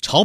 潮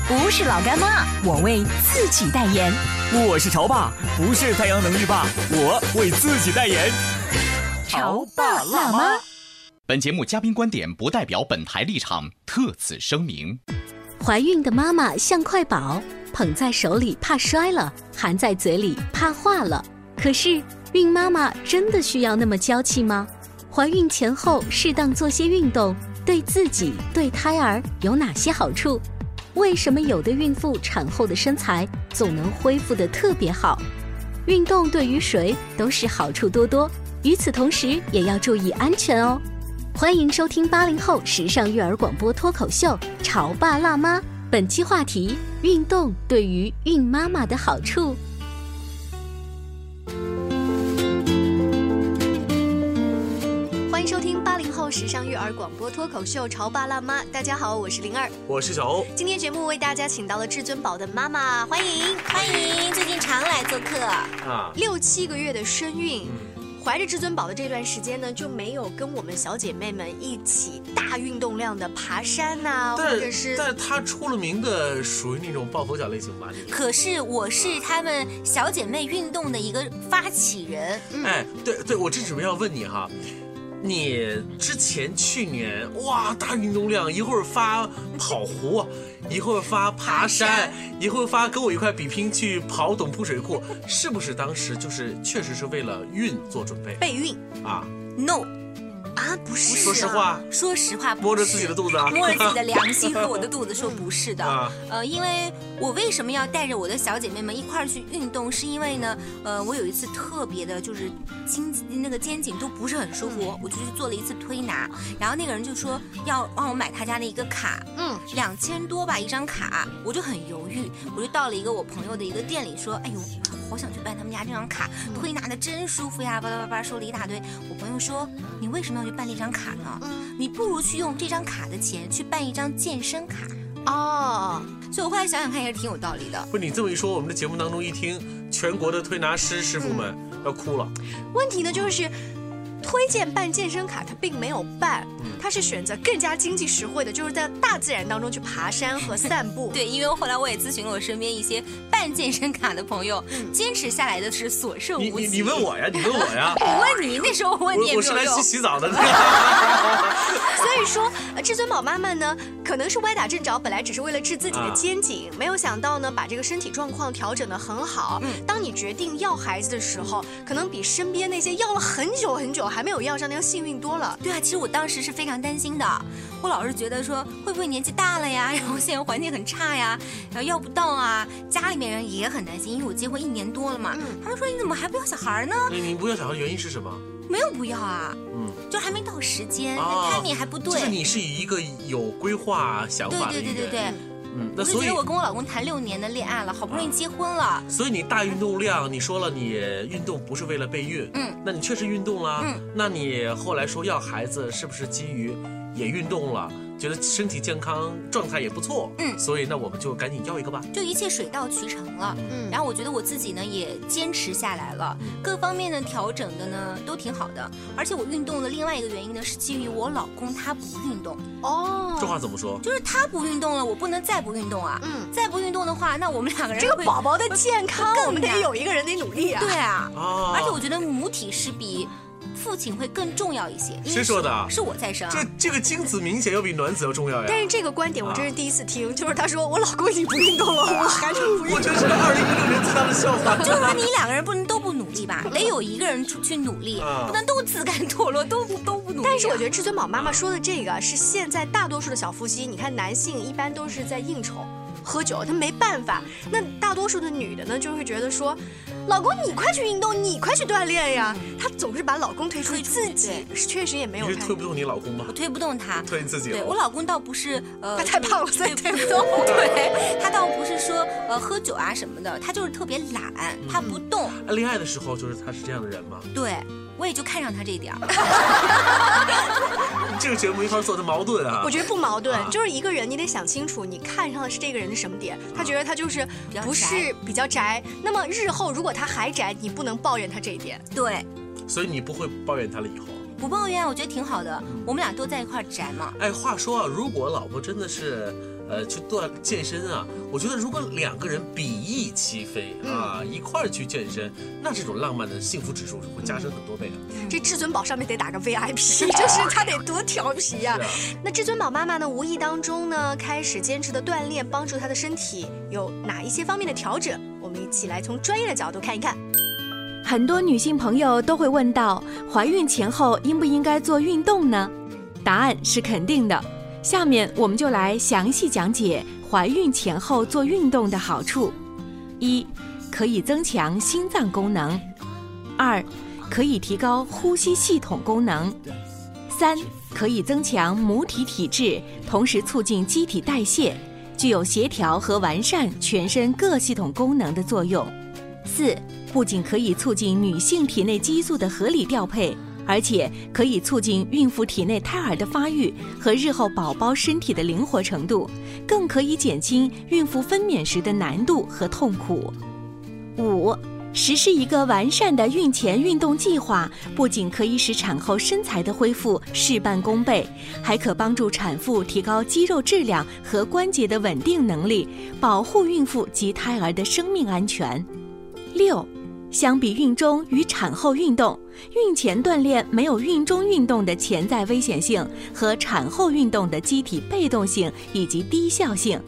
不是老干妈，我为自己代言。我是潮爸，不是太阳能浴霸，我为自己代言。潮爸辣妈。本节目嘉宾观点不代表本台立场，特此声明。怀孕的妈妈像块宝，捧在手里怕摔了，含在嘴里怕化了。可是，孕妈妈真的需要那么娇气吗？怀孕前后适当做些运动，对自己、对胎儿有哪些好处？为什么有的孕妇产后的身材总能恢复得特别好？运动对于谁都是好处多多，与此同时也要注意安全哦。欢迎收听八零后时尚育儿广播脱口秀《潮爸辣妈》，本期话题：运动对于孕妈妈的好处。欢迎收听八零后时尚育儿广播脱口秀《潮爸辣妈》，大家好，我是灵儿。我是小欧，今天节目为大家请到了至尊宝的妈妈，欢迎欢迎，最近常来做客。啊，六七个月的身孕。怀着至尊宝的这段时间呢，就没有跟我们小姐妹们一起大运动量的爬山呐、或但者是但他出了名的属于那种抱佛脚类型吧？你可是我是她们小姐妹运动的一个发起人，哎，对对，我正准备要问你哈，你之前去年哇大运动量，一会儿发跑湖，一会儿发爬山，一会儿发跟我一块比拼去跑懂铺水库，是不是当时就是确实是为了运做准备备孕啊？ no，啊，不是、啊，说实话，说实话不摸着自己的是肚子啊，摸着自己的良心和我的肚子说不是的。 啊呃，因为我为什么要带着我的小姐妹们一块儿去运动，是因为呢，呃，我有一次特别的，就是嗯肩那个肩颈都不是很舒服，我就去做了一次推拿，然后那个人就说要让我买他家的一个卡，嗯，两千多吧一张卡，我就很犹豫，我就到了一个我朋友的一个店里说，哎呦，好想去办他们家这张卡，嗯推拿的真舒服呀，巴拉巴拉巴拉说了一大堆。我朋友说，你为什么要去办那张卡呢？嗯你不如去用这张卡的钱去办一张健身卡。哦，所以我后来想想看，也是挺有道理的。不是你这么一说，我们的节目当中一听，全国的推拿师师傅们要哭了。问题呢就是，推荐办健身卡，他并没有办，嗯他是选择更加经济实惠的，就是在大自然当中去爬山和散步。对，因为后来我也咨询了我身边一些办健身卡的朋友，坚持下来的是所剩你无几。，你你问，我呀，你问我呀我问你，那时候我问你我也我没是有来用去。洗澡的。 所以说，呃至尊宝妈妈呢，可能是歪打正着，本来只是为了治自己啊的肩颈，没有想到呢，把这个身体状况调整的很好。嗯当你决定要孩子的时候，可能比身边那些要了很久很久还没有要上的要幸运多了。对啊，其实我当时是非常担心的，我老是觉得说会不会年纪大了呀，然后现在环境很差呀，然后要不到啊，家里面人也很担心，因为我结婚一年多了嘛，嗯他们说你怎么还不要小孩呢？你你不要想的原因是什么？没有不要啊，嗯，就还没到时间，啊 timing 还不对。就是你是以一个有规划想对法的对一个对人对对，嗯，我那就所觉以得我跟我老公谈六年的恋爱了，好不容易啊结婚了，所以你大运动量，你说了你运动不是为了备孕，嗯，那你确实运动啦，嗯，那你后来说要孩子，是不是基于也运动了，觉得身体健康状态也不错，嗯所以那我们就赶紧要一个吧，就一切水到渠成了。嗯然后我觉得我自己呢也坚持下来了，各方面的调整的呢都挺好的，而且我运动的另外一个原因呢是基于我老公他不运动，哦，这话怎么说？就是他不运动了，我不能再不运动啊，嗯，再不运动的话，那我们两个人这个会宝宝 的健康，更我们得难有一个人得努力啊。对啊，啊，而且我觉得母体是比父亲会更重要一些。谁说的？是我在生啊，这这个精子明显要比卵子要重要呀。但是这个观点我真是第一次听，就是他说我老公已经不运动了，我还是不运 我动。觉得这是二零一六年最大的笑话。就是说你两个人不能都不努力吧，得有一个人出去努力，啊不能都自甘堕落，都不都不努力嗯啊。但是我觉得至尊宝妈妈说的这个啊是现在大多数的小夫妻，你看男性一般都是在应酬、喝酒，他没办法。那大多数的女的呢，就会觉得说，老公你快去运动，你快去锻炼呀。她总是把老公推出去，推出自去己是确实也没你有是干。推不动你老公吧我？推不动他，推你自己对了。我老公倒不是呃，他太胖了就是所以 对推不动对他倒不是说呃喝酒啊什么的，他就是特别懒，嗯他不动。恋爱的时候就是他是这样的人吗？对我也就看上他这一点儿。这个节目一块儿做的矛盾啊我。觉得不矛盾啊，就是一个人，你得想清楚，你看上的是这个人的什么点。他觉得他就是较不是比较宅，那么日后如果他还宅，你不能抱怨他这一点。对，所以你不会抱怨他了以后。不抱怨，我觉得挺好的。嗯我们俩都在一块儿宅嘛，哎，话说啊，如果老婆真的是，呃，去锻健身啊，我觉得如果两个人比翼齐飞嗯啊，一块儿去健身，那这种浪漫的幸福指数是会加深很多倍的。这至尊宝上面得打个 VIP，就是 他得多调皮呀、是啊，那至尊宝妈妈呢，无意当中呢，开始坚持的锻炼，帮助她的身体有哪一些方面的调整？我们一起来从专业的角度看一看。很多女性朋友都会问到，怀孕前后应不应该做运动呢？答案是肯定的。下面我们就来详细讲解怀孕前后做运动的好处：一，可以增强心脏功能；二，可以提高呼吸系统功能；三，可以增强母体体质，同时促进机体代谢，具有协调和完善全身各系统功能的作用。四，不仅可以促进女性体内激素的合理调配，而且可以促进孕妇体内胎儿的发育和日后宝宝身体的灵活程度，更可以减轻孕妇分娩时的难度和痛苦。五，实施一个完善的孕前运动计划，不仅可以使产后身材的恢复事半功倍，还可帮助产妇提高肌肉质量和关节的稳定能力，保护孕妇及胎儿的生命安全。六，相比孕中与产后运动，孕前锻炼没有孕中运动的潜在危险性和产后运动的机体被动性以及低效性，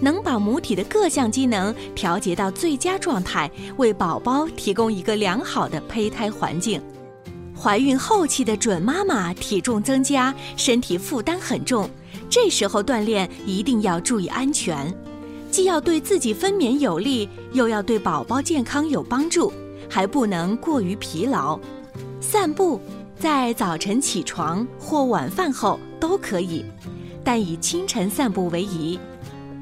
能把母体的各项机能调节到最佳状态，为宝宝提供一个良好的胚胎环境。怀孕后期的准妈妈体重增加，身体负担很重，这时候锻炼一定要注意安全。既要对自己分娩有利，又要对宝宝健康有帮助，还不能过于疲劳。散步在早晨起床或晚饭后都可以，但以清晨散步为宜。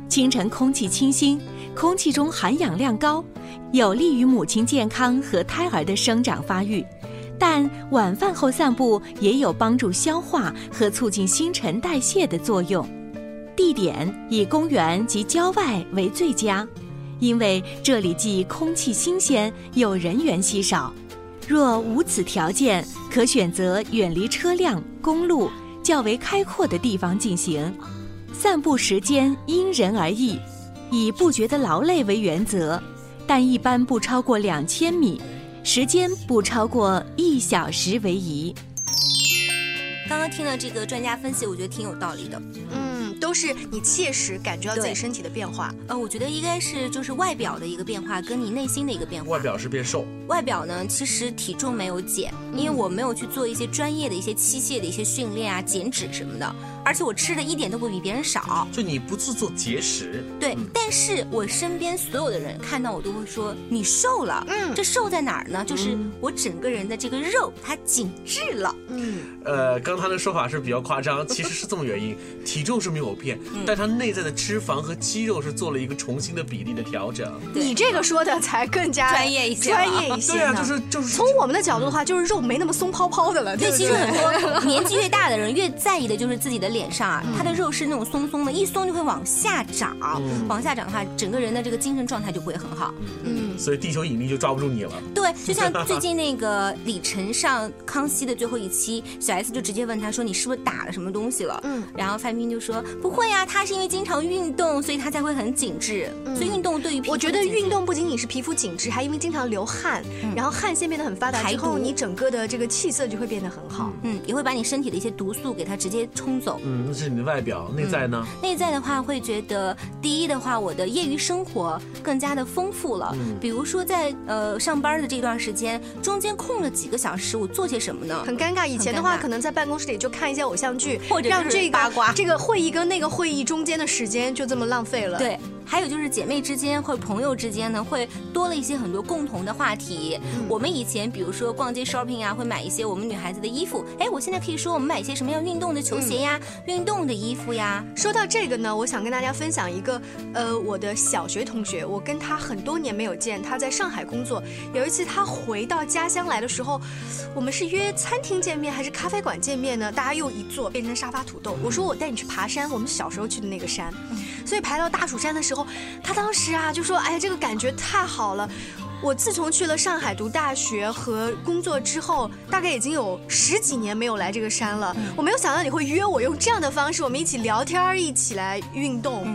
清晨空气清新，空气中含氧量高，有利于母亲健康和胎儿的生长发育。但晚饭后散步也有帮助消化和促进新陈代谢的作用。地点以公园及郊外为最佳，因为这里既空气新鲜又人员稀少。若无此条件，可选择远离车辆、公路、较为开阔的地方进行。散步时间因人而异，以不觉得劳累为原则，但一般不超过两千米，时间不超过一小时为宜。刚刚听了这个专家分析，我觉得挺有道理的。嗯，都是你切实感觉到自己对身体的变化。呃，我觉得应该是就是外表的一个变化，跟你内心的一个变化。外表是变瘦，外表呢，其实体重没有减，因为我没有去做一些专业的一些器械的一些训练啊、减脂什么的，而且我吃的一点都不比别人少。就你不自做节食，对，但是我身边所有的人看到我都会说你瘦了，嗯这瘦在哪儿呢？就是我整个人的这个肉它紧致了，呃，刚他的说法是比较夸张，其实是这么原因，体重是没有变，嗯但他内在的脂肪和肌肉是做了一个重新的比例的调整。嗯你这个说的才更加专业一些专业一 些对啊，呢就是就是从我们的角度的话，就是肉没那么松泡泡的了，对对，不其对？嗯实很多年纪越大的人越在意的就是自己的脸上啊，他的肉是那种松松的，一松就会往下长，嗯往下长的话，整个人的这个精神状态就不会很好。嗯，所以地球引力就抓不住你了。对，就像最近那个李晨上《康熙》的最后一期，小 S 就直接问他说：“你是不是打了什么东西了？”嗯，然后范冰冰就说：“不不会啊，她是因为经常运动，所以她才会很紧致。嗯所以运动对于皮肤我觉的得紧致运动不仅仅是皮肤紧致，还因为经常流汗，然后汗腺变得很发达排之后，毒你整个的这个气色就会变得很好。嗯，也会把你身体的一些毒素给它直接冲走。嗯，那是你的外表，内在呢？内在的话，会觉得第一的话，我的业余生活更加的丰富了。嗯比如说在呃上班的这段时间，中间空了几个小时，我做些什么呢？很尴尬，以前的话很尴尬可能在办公室里就看一些偶像剧，或者让就是这个八卦这个会议跟那个会议中间的时间就这么浪费了。，对，还有就是姐妹之间或者朋友之间呢，会多了一些很多共同的话题。我们以前比如说逛街 shopping 啊，会买一些我们女孩子的衣服。哎，我现在可以说我们买一些什么样运动的球鞋呀、运动的衣服呀。说到这个呢，我想跟大家分享一个，呃，我的小学同学，我跟他很多年没有见，他在上海工作。有一次他回到家乡来的时候，我们是约餐厅见面还是咖啡馆见面呢？大家又一坐变成沙发土豆。我说我带你去爬山，我们小时候去的那个山。所以爬到大蜀山的时候，他当时啊就说：“哎呀，这个感觉太好了。”我自从去了上海读大学和工作之后，大概已经有十几年没有来这个山了。我没有想到你会约我用这样的方式，我们一起聊天儿，一起来运动。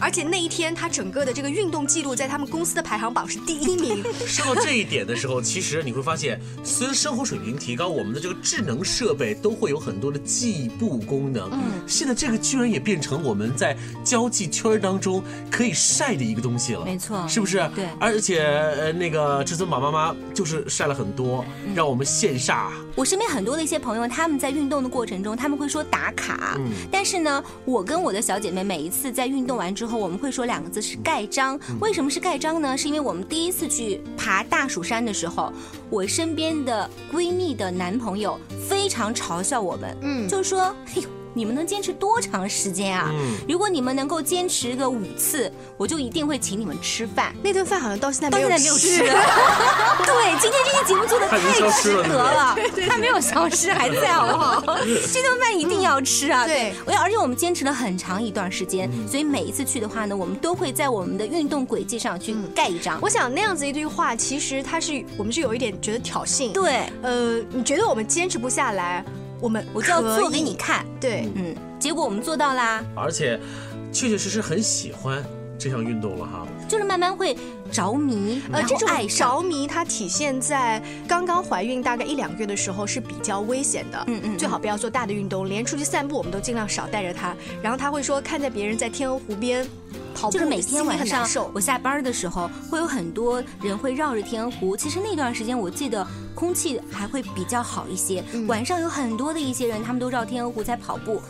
而且那一天，他整个的这个运动记录在他们公司的排行榜是第一名。说到这一点的时候，其实你会发现，随着生活水平提高，我们的这个智能设备都会有很多的计步功能。嗯，现在这个居然也变成我们在交际圈儿当中可以晒的一个东西了。没错是不是？对而且呃，那个至尊宝妈妈就是晒了很多，让我们羡煞。啊我身边很多的一些朋友，他们在运动的过程中，他们会说打卡。嗯但是呢，我跟我的小姐妹每一次在运动完之后，我们会说两个字是盖章。嗯为什么是盖章呢？是因为我们第一次去爬大蜀山的时候，我身边的闺蜜的男朋友非常嘲笑我们，嗯就说：“哎呦，你们能坚持多长时间啊？嗯，如果你们能够坚持个五次，我就一定会请你们吃饭。” 那顿饭好像到现在到没现在有没有吃吃。。 对，今天这期节目做的它太已经消失值了得了，它没有消失，还在好不好？ 这顿饭一定要吃啊！嗯对我而且我们坚持了很长一段时间，嗯所以每一次去的话呢，我们都会在我们的运动轨迹上去嗯盖一张。我想那样子一句话，其实它是我们是有一点觉得挑衅。，对，呃，你觉得我们坚持不下来，我们我就要可做给以你。看。对，嗯，结果我们做到啦，而且确确实实很喜欢这项运动了哈。就是慢慢会着迷，呃，然后这种爱上。着迷它体现在刚刚怀孕大概一两个月的时候是比较危险的，嗯嗯嗯最好不要做大的运动，连出去散步我们都尽量少带着它。然后他会说，看在别人在天鹅湖边跑步，就是每心天里晚很上难受。我下班的时候，会有很多人会绕着天鹅湖。其实那段时间，我记得空气还会比较好一些。晚上有很多的一些人，他们都绕天鹅湖在跑步。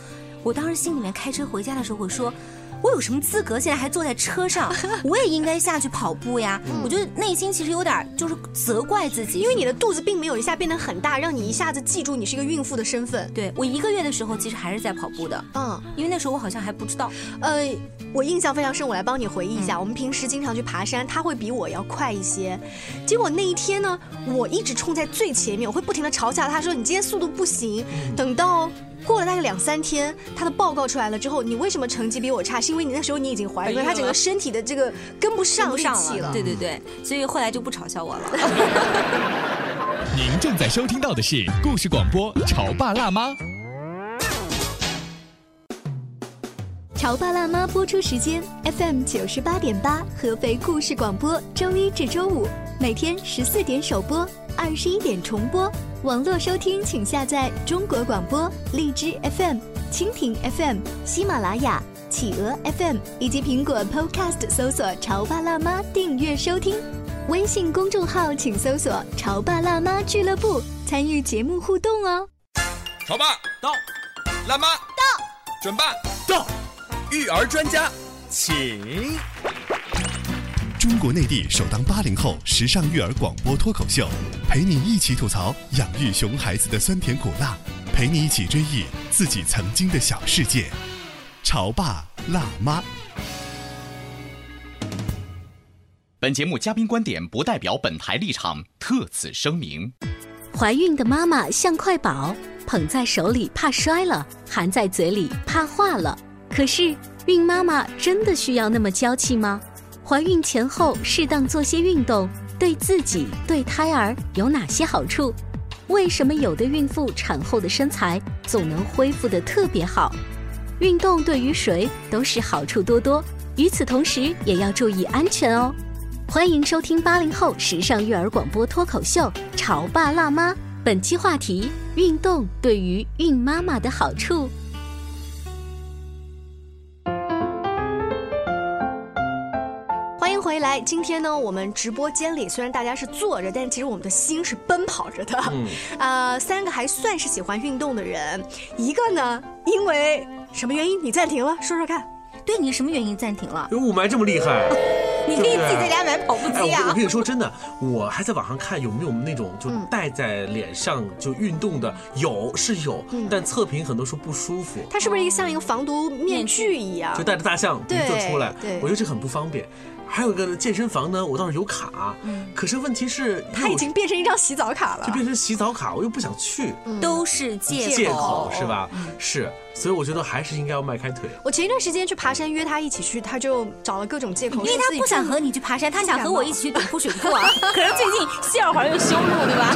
我当时心里面开车回家的时候，我说。我有什么资格现在还坐在车上？我也应该下去跑步 呀！我觉得内心其实有点儿就是责怪自己，因为你的肚子并没有一下变得很大，让你一下子记住你是一个孕妇的身份。对我一个月的时候其实还是在跑步的，嗯，因为那时候我好像还不知道。呃，我印象非常深，我来帮你回忆一下。我们平时经常去爬山，他会比我要快一些。结果那一天呢，我一直冲在最前面，我会不停的嘲笑他说：“你今天速度不行。”等到过了大概两三天，他的报告出来了之后，你为什么成绩比我差？是因为你那时候你已经怀孕了，怀孕他整个了身体的这个跟不上不力上气了。对对对，所以后来就不嘲笑我了。您正在收听到的是故事广播《潮爸辣妈》。 《潮爸辣妈》播出时间：FM 九十八点八，合肥故事广播，周一至周五每天十四点首播，二十一点重播。网络收听，请下载中国广播、荔枝 FM、蜻蜓 FM、喜马拉雅、企鹅 FM 以及苹果 Podcast 搜索“潮爸辣妈”订阅收听。微信公众号请搜索“潮爸辣妈俱乐部”，参与节目互动哦。潮爸到，辣妈到，准爸到，育儿专家，请。中国内地首档八零后时尚育儿广播脱口秀，陪你一起吐槽养育熊孩子的酸甜苦辣，陪你一起追忆自己曾经的小世界。潮爸辣妈。本节目嘉宾观点不代表本台立场，特此声明。怀孕的妈妈像块宝，捧在手里怕摔了，含在嘴里怕化了。可是，孕妈妈真的需要那么娇气吗？怀孕前后适当做些运动，对自己、对胎儿有哪些好处？为什么有的孕妇产后的身材总能恢复得特别好？运动对于谁都是好处多多。与此同时，也要注意安全哦。欢迎收听八零后时尚育儿广播脱口秀《潮爸辣妈》，本期话题：运动对于孕妈妈的好处。欢迎回来。今天呢，我们直播间里虽然大家是坐着，但其实我们的心是奔跑着的。嗯 呃，三个还算是喜欢运动的人，一个呢，因为什么原因你暂停了？说说看。 对你什么原因暂停了？有雾霾这么厉害，你可以自己在家买跑步哎，机我我啊。跟你说真的，我还在网上看有没有那种嗯就戴在脸上就运动的，有是有，嗯但测评很多说不舒服，它是不是一个像一个防毒面具一样就？带着大象鼻子对出来对，我觉得这很不方便。还有一个呢健身房呢，我倒是有卡，可是问题是嗯它已经变成一张洗澡卡了嗯就。变成洗澡卡，我又不想去，都是借口，借口是吧？是，所以我觉得还是应该要迈开腿。我前一段时间去爬山，约他一起去，他就找了各种借口，因为说他自己不想住和你去爬山，他想和我一起去短裤水库啊。 可是最近笑话又羞辱，对吧？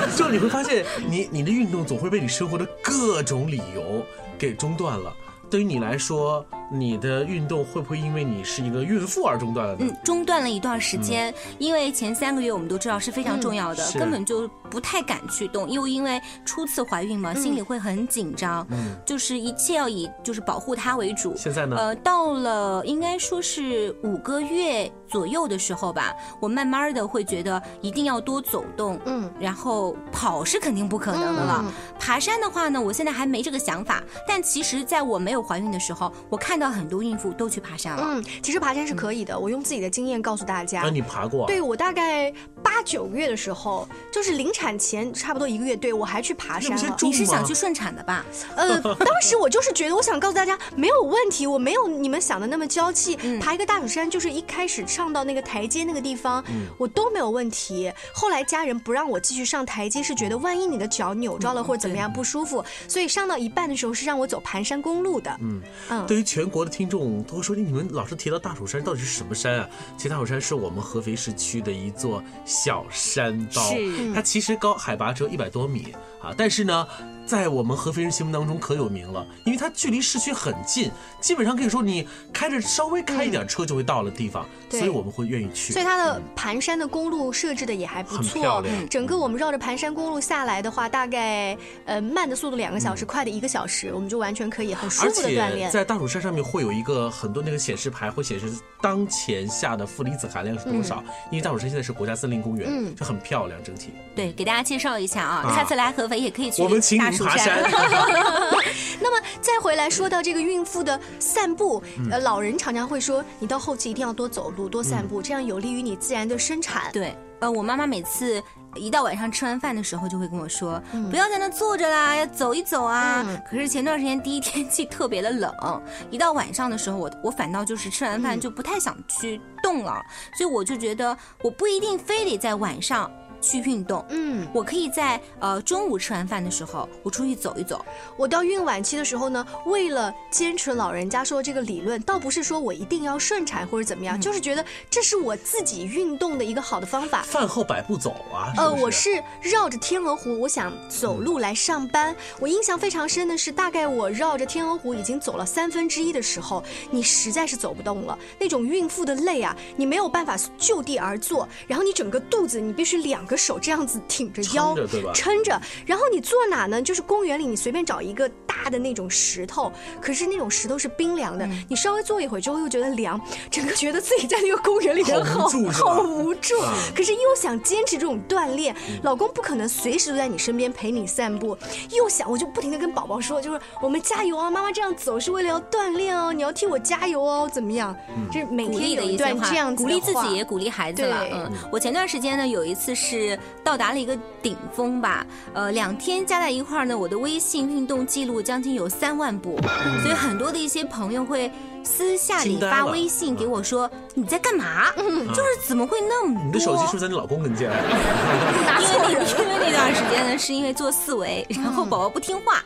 就是，就你会发现你，你的运动总会被你生活的各种理由给中断了。对于你来说，你的运动会不会因为你是一个孕妇而中断了呢？嗯，中断了一段时间，因为前三个月我们都知道嗯是非常重要的，是根本就不太敢去动，又因为初次怀孕嘛，心里会很紧张，就是一切要以就是保护她为主。现在呢？呃，到了应该说是五个月左右的时候吧，我慢慢的会觉得一定要多走动，嗯，然后跑是肯定不可能的了。嗯爬山的话呢，我现在还没这个想法，但其实在我没有怀孕的时候，我看到很多孕妇都去爬山了。嗯，其实爬山是可以的，我用自己的经验告诉大家。那你爬过？啊对我大概八九个月的时候，就是临产前差不多一个月，对我还去爬山那不是了。重你是想吗去顺产的吧？ 呃，当时我就是觉得，我想告诉大家没有问题，我没有你们想的那么娇气。嗯爬一个大蜀山，就是一开始上到那个台阶那个地方，嗯我都没有问题。后来家人不让我继续上台阶，是觉得万一你的脚扭着嗯了或者怎么样不舒服，所以上到一半的时候是让我走盘山公路的。嗯嗯，对于全国的听众都会说，你们老是提到大蜀山，到底是什么山啊？其实大蜀山是我们合肥市区的一座小山包，是嗯它其实高海拔只有一百多米啊，但是呢，在我们合肥人心目当中可有名了，因为它距离市区很近，基本上可以说你开着稍微开一点车就会到了地方，嗯对所以我们会愿意去。所以它的盘山的公路设置的也还嗯不很漂错亮。整个我们绕着盘山公路下来的话，大概呃慢的速度两个小时，快的一个小时，我们就完全可以很舒而服的锻且炼。在大蜀山上面会有一个很多那个显示牌，会显示当前下的负离子含量是多少。因为大蜀山现在是国家森林公园，嗯就很漂亮，整体。对，给大家介绍一下啊，啊下次来合肥也可以去我们请你大们蜀爬 山。那么再回来说到这个孕妇的散步，嗯呃，老人常常会说，你到后期一定要多走路、多散嗯步，这样有利于你自然的生产。对，呃，我妈妈每次一到晚上吃完饭的时候，就会跟我说，不要在那坐着啦，要走一走啊。嗯可是前段时间第一天气特别的冷，一到晚上的时候，我我反倒就是吃完嗯饭就不太想去动了，所以我就觉得我不一定非得在晚上去运动。嗯，我可以在呃中午吃完饭的时候，我出去走一走，我到孕晚期的时候呢，为了坚持老人家说这个理论，倒不是说我一定要顺产或者怎嗯么样，就是觉得这是我自己运动的一个好的方法。饭后百步走啊？呃，不我是绕着天鹅湖，我想走路来上班。我印象非常深的是，大概我绕着天鹅湖已经走了三分之一的时候，你实在是走不动了，那种孕妇的累啊，你没有办法就地而坐，然后你整个肚子你必须两个手这样子挺着腰撑着对吧撑着，然后你坐哪呢？就是公园里你随便找一个大的那种石头，可是那种石头是冰凉的，嗯你稍微坐一会儿之后又觉得凉，整个觉得自己在那个公园里面好好无助是吧啊好无助。可是又想坚持这种锻炼，嗯老公不可能随时都在你身边陪你散步，又想我就不停的跟宝宝说，就是我们加油啊，妈妈这样走是为了要锻炼哦，你要替我加油哦，怎么样？嗯这每鼓天励的有一一些段话，这样子鼓的励自话己也鼓励孩子了。对嗯，我前段时间呢有一次是到达了一个顶峰吧，呃，两天加在一块儿呢，我的微信运动记录将近有三万步，所以很多的一些朋友会。私下里惊呆发嗯了微信给我说你在干嘛？嗯就是怎么会那么多？你的手机是不是在你老公跟前？啊因为那因为那段时间呢，是因为做四维，然后宝宝不听话，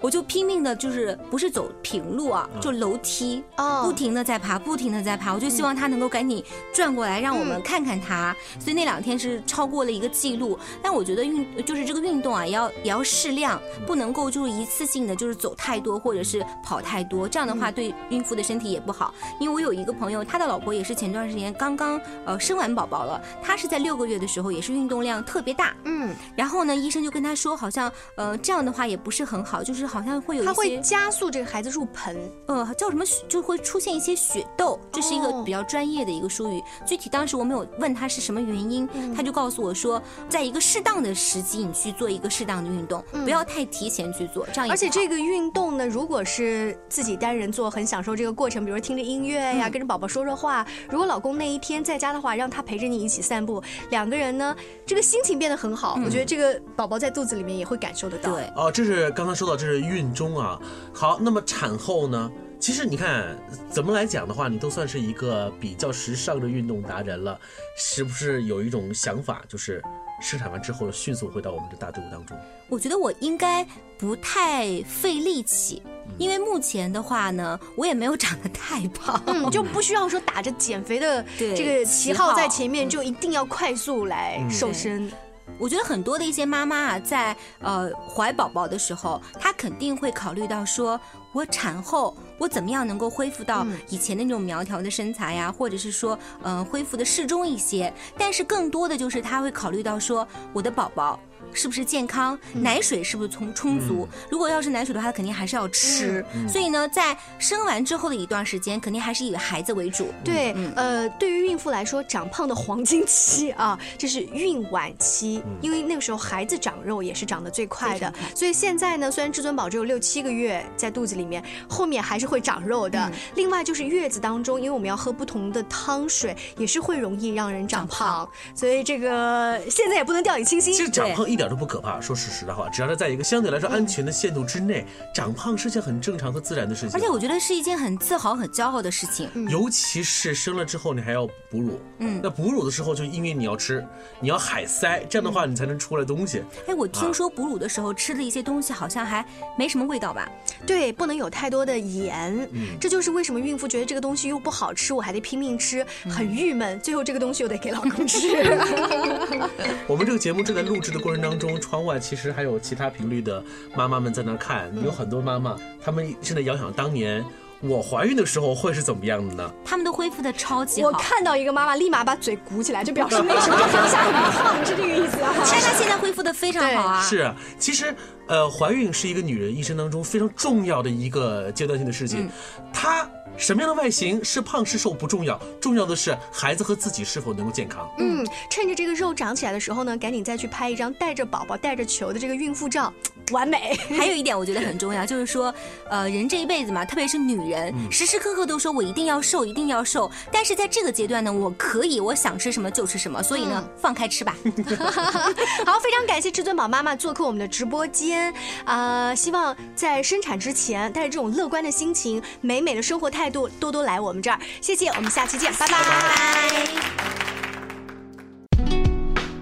我就拼命的，就是不是走平路啊，就楼梯，哦不停的在爬，不停的在爬，我就希望他能够赶紧转过来，让我们看看他。所以那两天是超过了一个记录，但我觉得运就是这个运动啊，也要也要适量，不能够就是一次性的就是走太多或者是跑太多，这样的话对孕妇的身体也不好。因为我有一个朋友，他的老婆也是前段时间刚刚呃生完宝宝了，她是在六个月的时候也是运动量特别大，嗯，然后呢医生就跟她说，好像呃这样的话也不是很好，就是好像会有一它些会加速这个孩子入盆。呃叫什么血就会出现一些血痘，这是一个哦比较专业的一个术语。具体当时我没有问他是什么原因，嗯他就告诉我说，在一个适当的时机你去做一个适当的运动，不要太提前去做，这样嗯也而且哎不这好个运动呢，如果是自己单人做，很享受这个过程，比如听着音乐呀，嗯跟着宝宝说说话。如果老公那一天在家的话，让他陪着你一起散步，两个人呢，这个心情变得很好。我觉得这个宝宝在肚子里面也会感受得到。嗯对，哦，这是刚才说到这是孕中啊。好，那么产后呢？其实你看，怎么来讲的话，你都算是一个比较时尚的运动达人了，是不是有一种想法，就是生产完之后迅速回到我们的大队伍当中？我觉得我应该不太费力气，因为目前的话呢，我也没有长得太胖。嗯，就不需要说打着减肥的对这个旗旗号嗯号在前面，就一定要快速来瘦身。我觉得很多的一些妈妈啊，在呃怀宝宝的时候，她肯定会考虑到说，我产后我怎么样能够恢复到以前那种苗条的身材呀、或者是说，呃，恢复的适中一些。但是更多的就是她会考虑到说，我的宝宝。是不是健康？奶水是不是充充足？如果要是奶水的话，她肯定还是要吃。所以呢，在生完之后的一段时间，肯定还是以孩子为主。对，呃，对于孕妇来说，长胖的黄金期啊， 就是孕晚期，因为那个时候孩子长肉也是长得最快的，所以现在呢，虽然至尊宝只有六七个月在肚子里面，后面还是会长肉的。另外就是月子当中，因为我们要喝不同的汤水，也是会容易让人长胖，所以这个现在也不能掉以轻心。其实长胖一点都不可怕，说是实在话，只要它在一个相对来说安全的限度之内，长胖是件很正常和自然的事情。而且我觉得是一件很自豪、很骄傲的事情。尤其是生了之后，你还要哺乳，嗯那哺乳的时候就因为你要吃，你要海塞，这样的话嗯你才能出来东西。哎，我听说哺乳的时候吃的一些东西好像还没什么味道吧？对，不能有太多的盐，这就是为什么孕妇觉得这个东西又不好吃，我还得拼命吃，很郁闷。最后这个东西又得给老公吃。 我们这个节目正在录制的过程当中，窗外其实还有其他频率的妈妈们在那儿看，有很多妈妈，她们现在遥想当年我怀孕的时候会是怎么样的呢？他们都恢复的超级好。我看到一个妈妈立马把嘴鼓起来，就表示没什么当下很胖，是这个意思啊。珊珊现在恢复的非常好啊！是啊，其实，呃，怀孕是一个女人一生当中非常重要的一个阶段性的事情。她什么样的外形，是胖是瘦不重要，重要的是孩子和自己是否能够健康。 嗯，趁着这个肉长起来的时候呢，赶紧再去拍一张带着宝宝、带着球的这个孕妇照，完 美。还有一点我觉得很重要，就是说，呃，人这一辈子嘛，特别是女人，时时刻刻都说我一定要瘦，一定要瘦。但是在这个阶段呢，我可以，我想吃什么就吃什么，所以呢，嗯放开吃吧。好，非常感谢至尊宝妈妈做客我们的直播间，呃，希望在生产之前带着这种乐观的心情、美美的生活态度，多多来我们这儿。谢谢，我们下期见，拜拜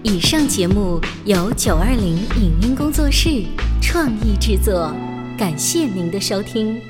以上节目由九二零影音工作室创意制作，感谢您的收听。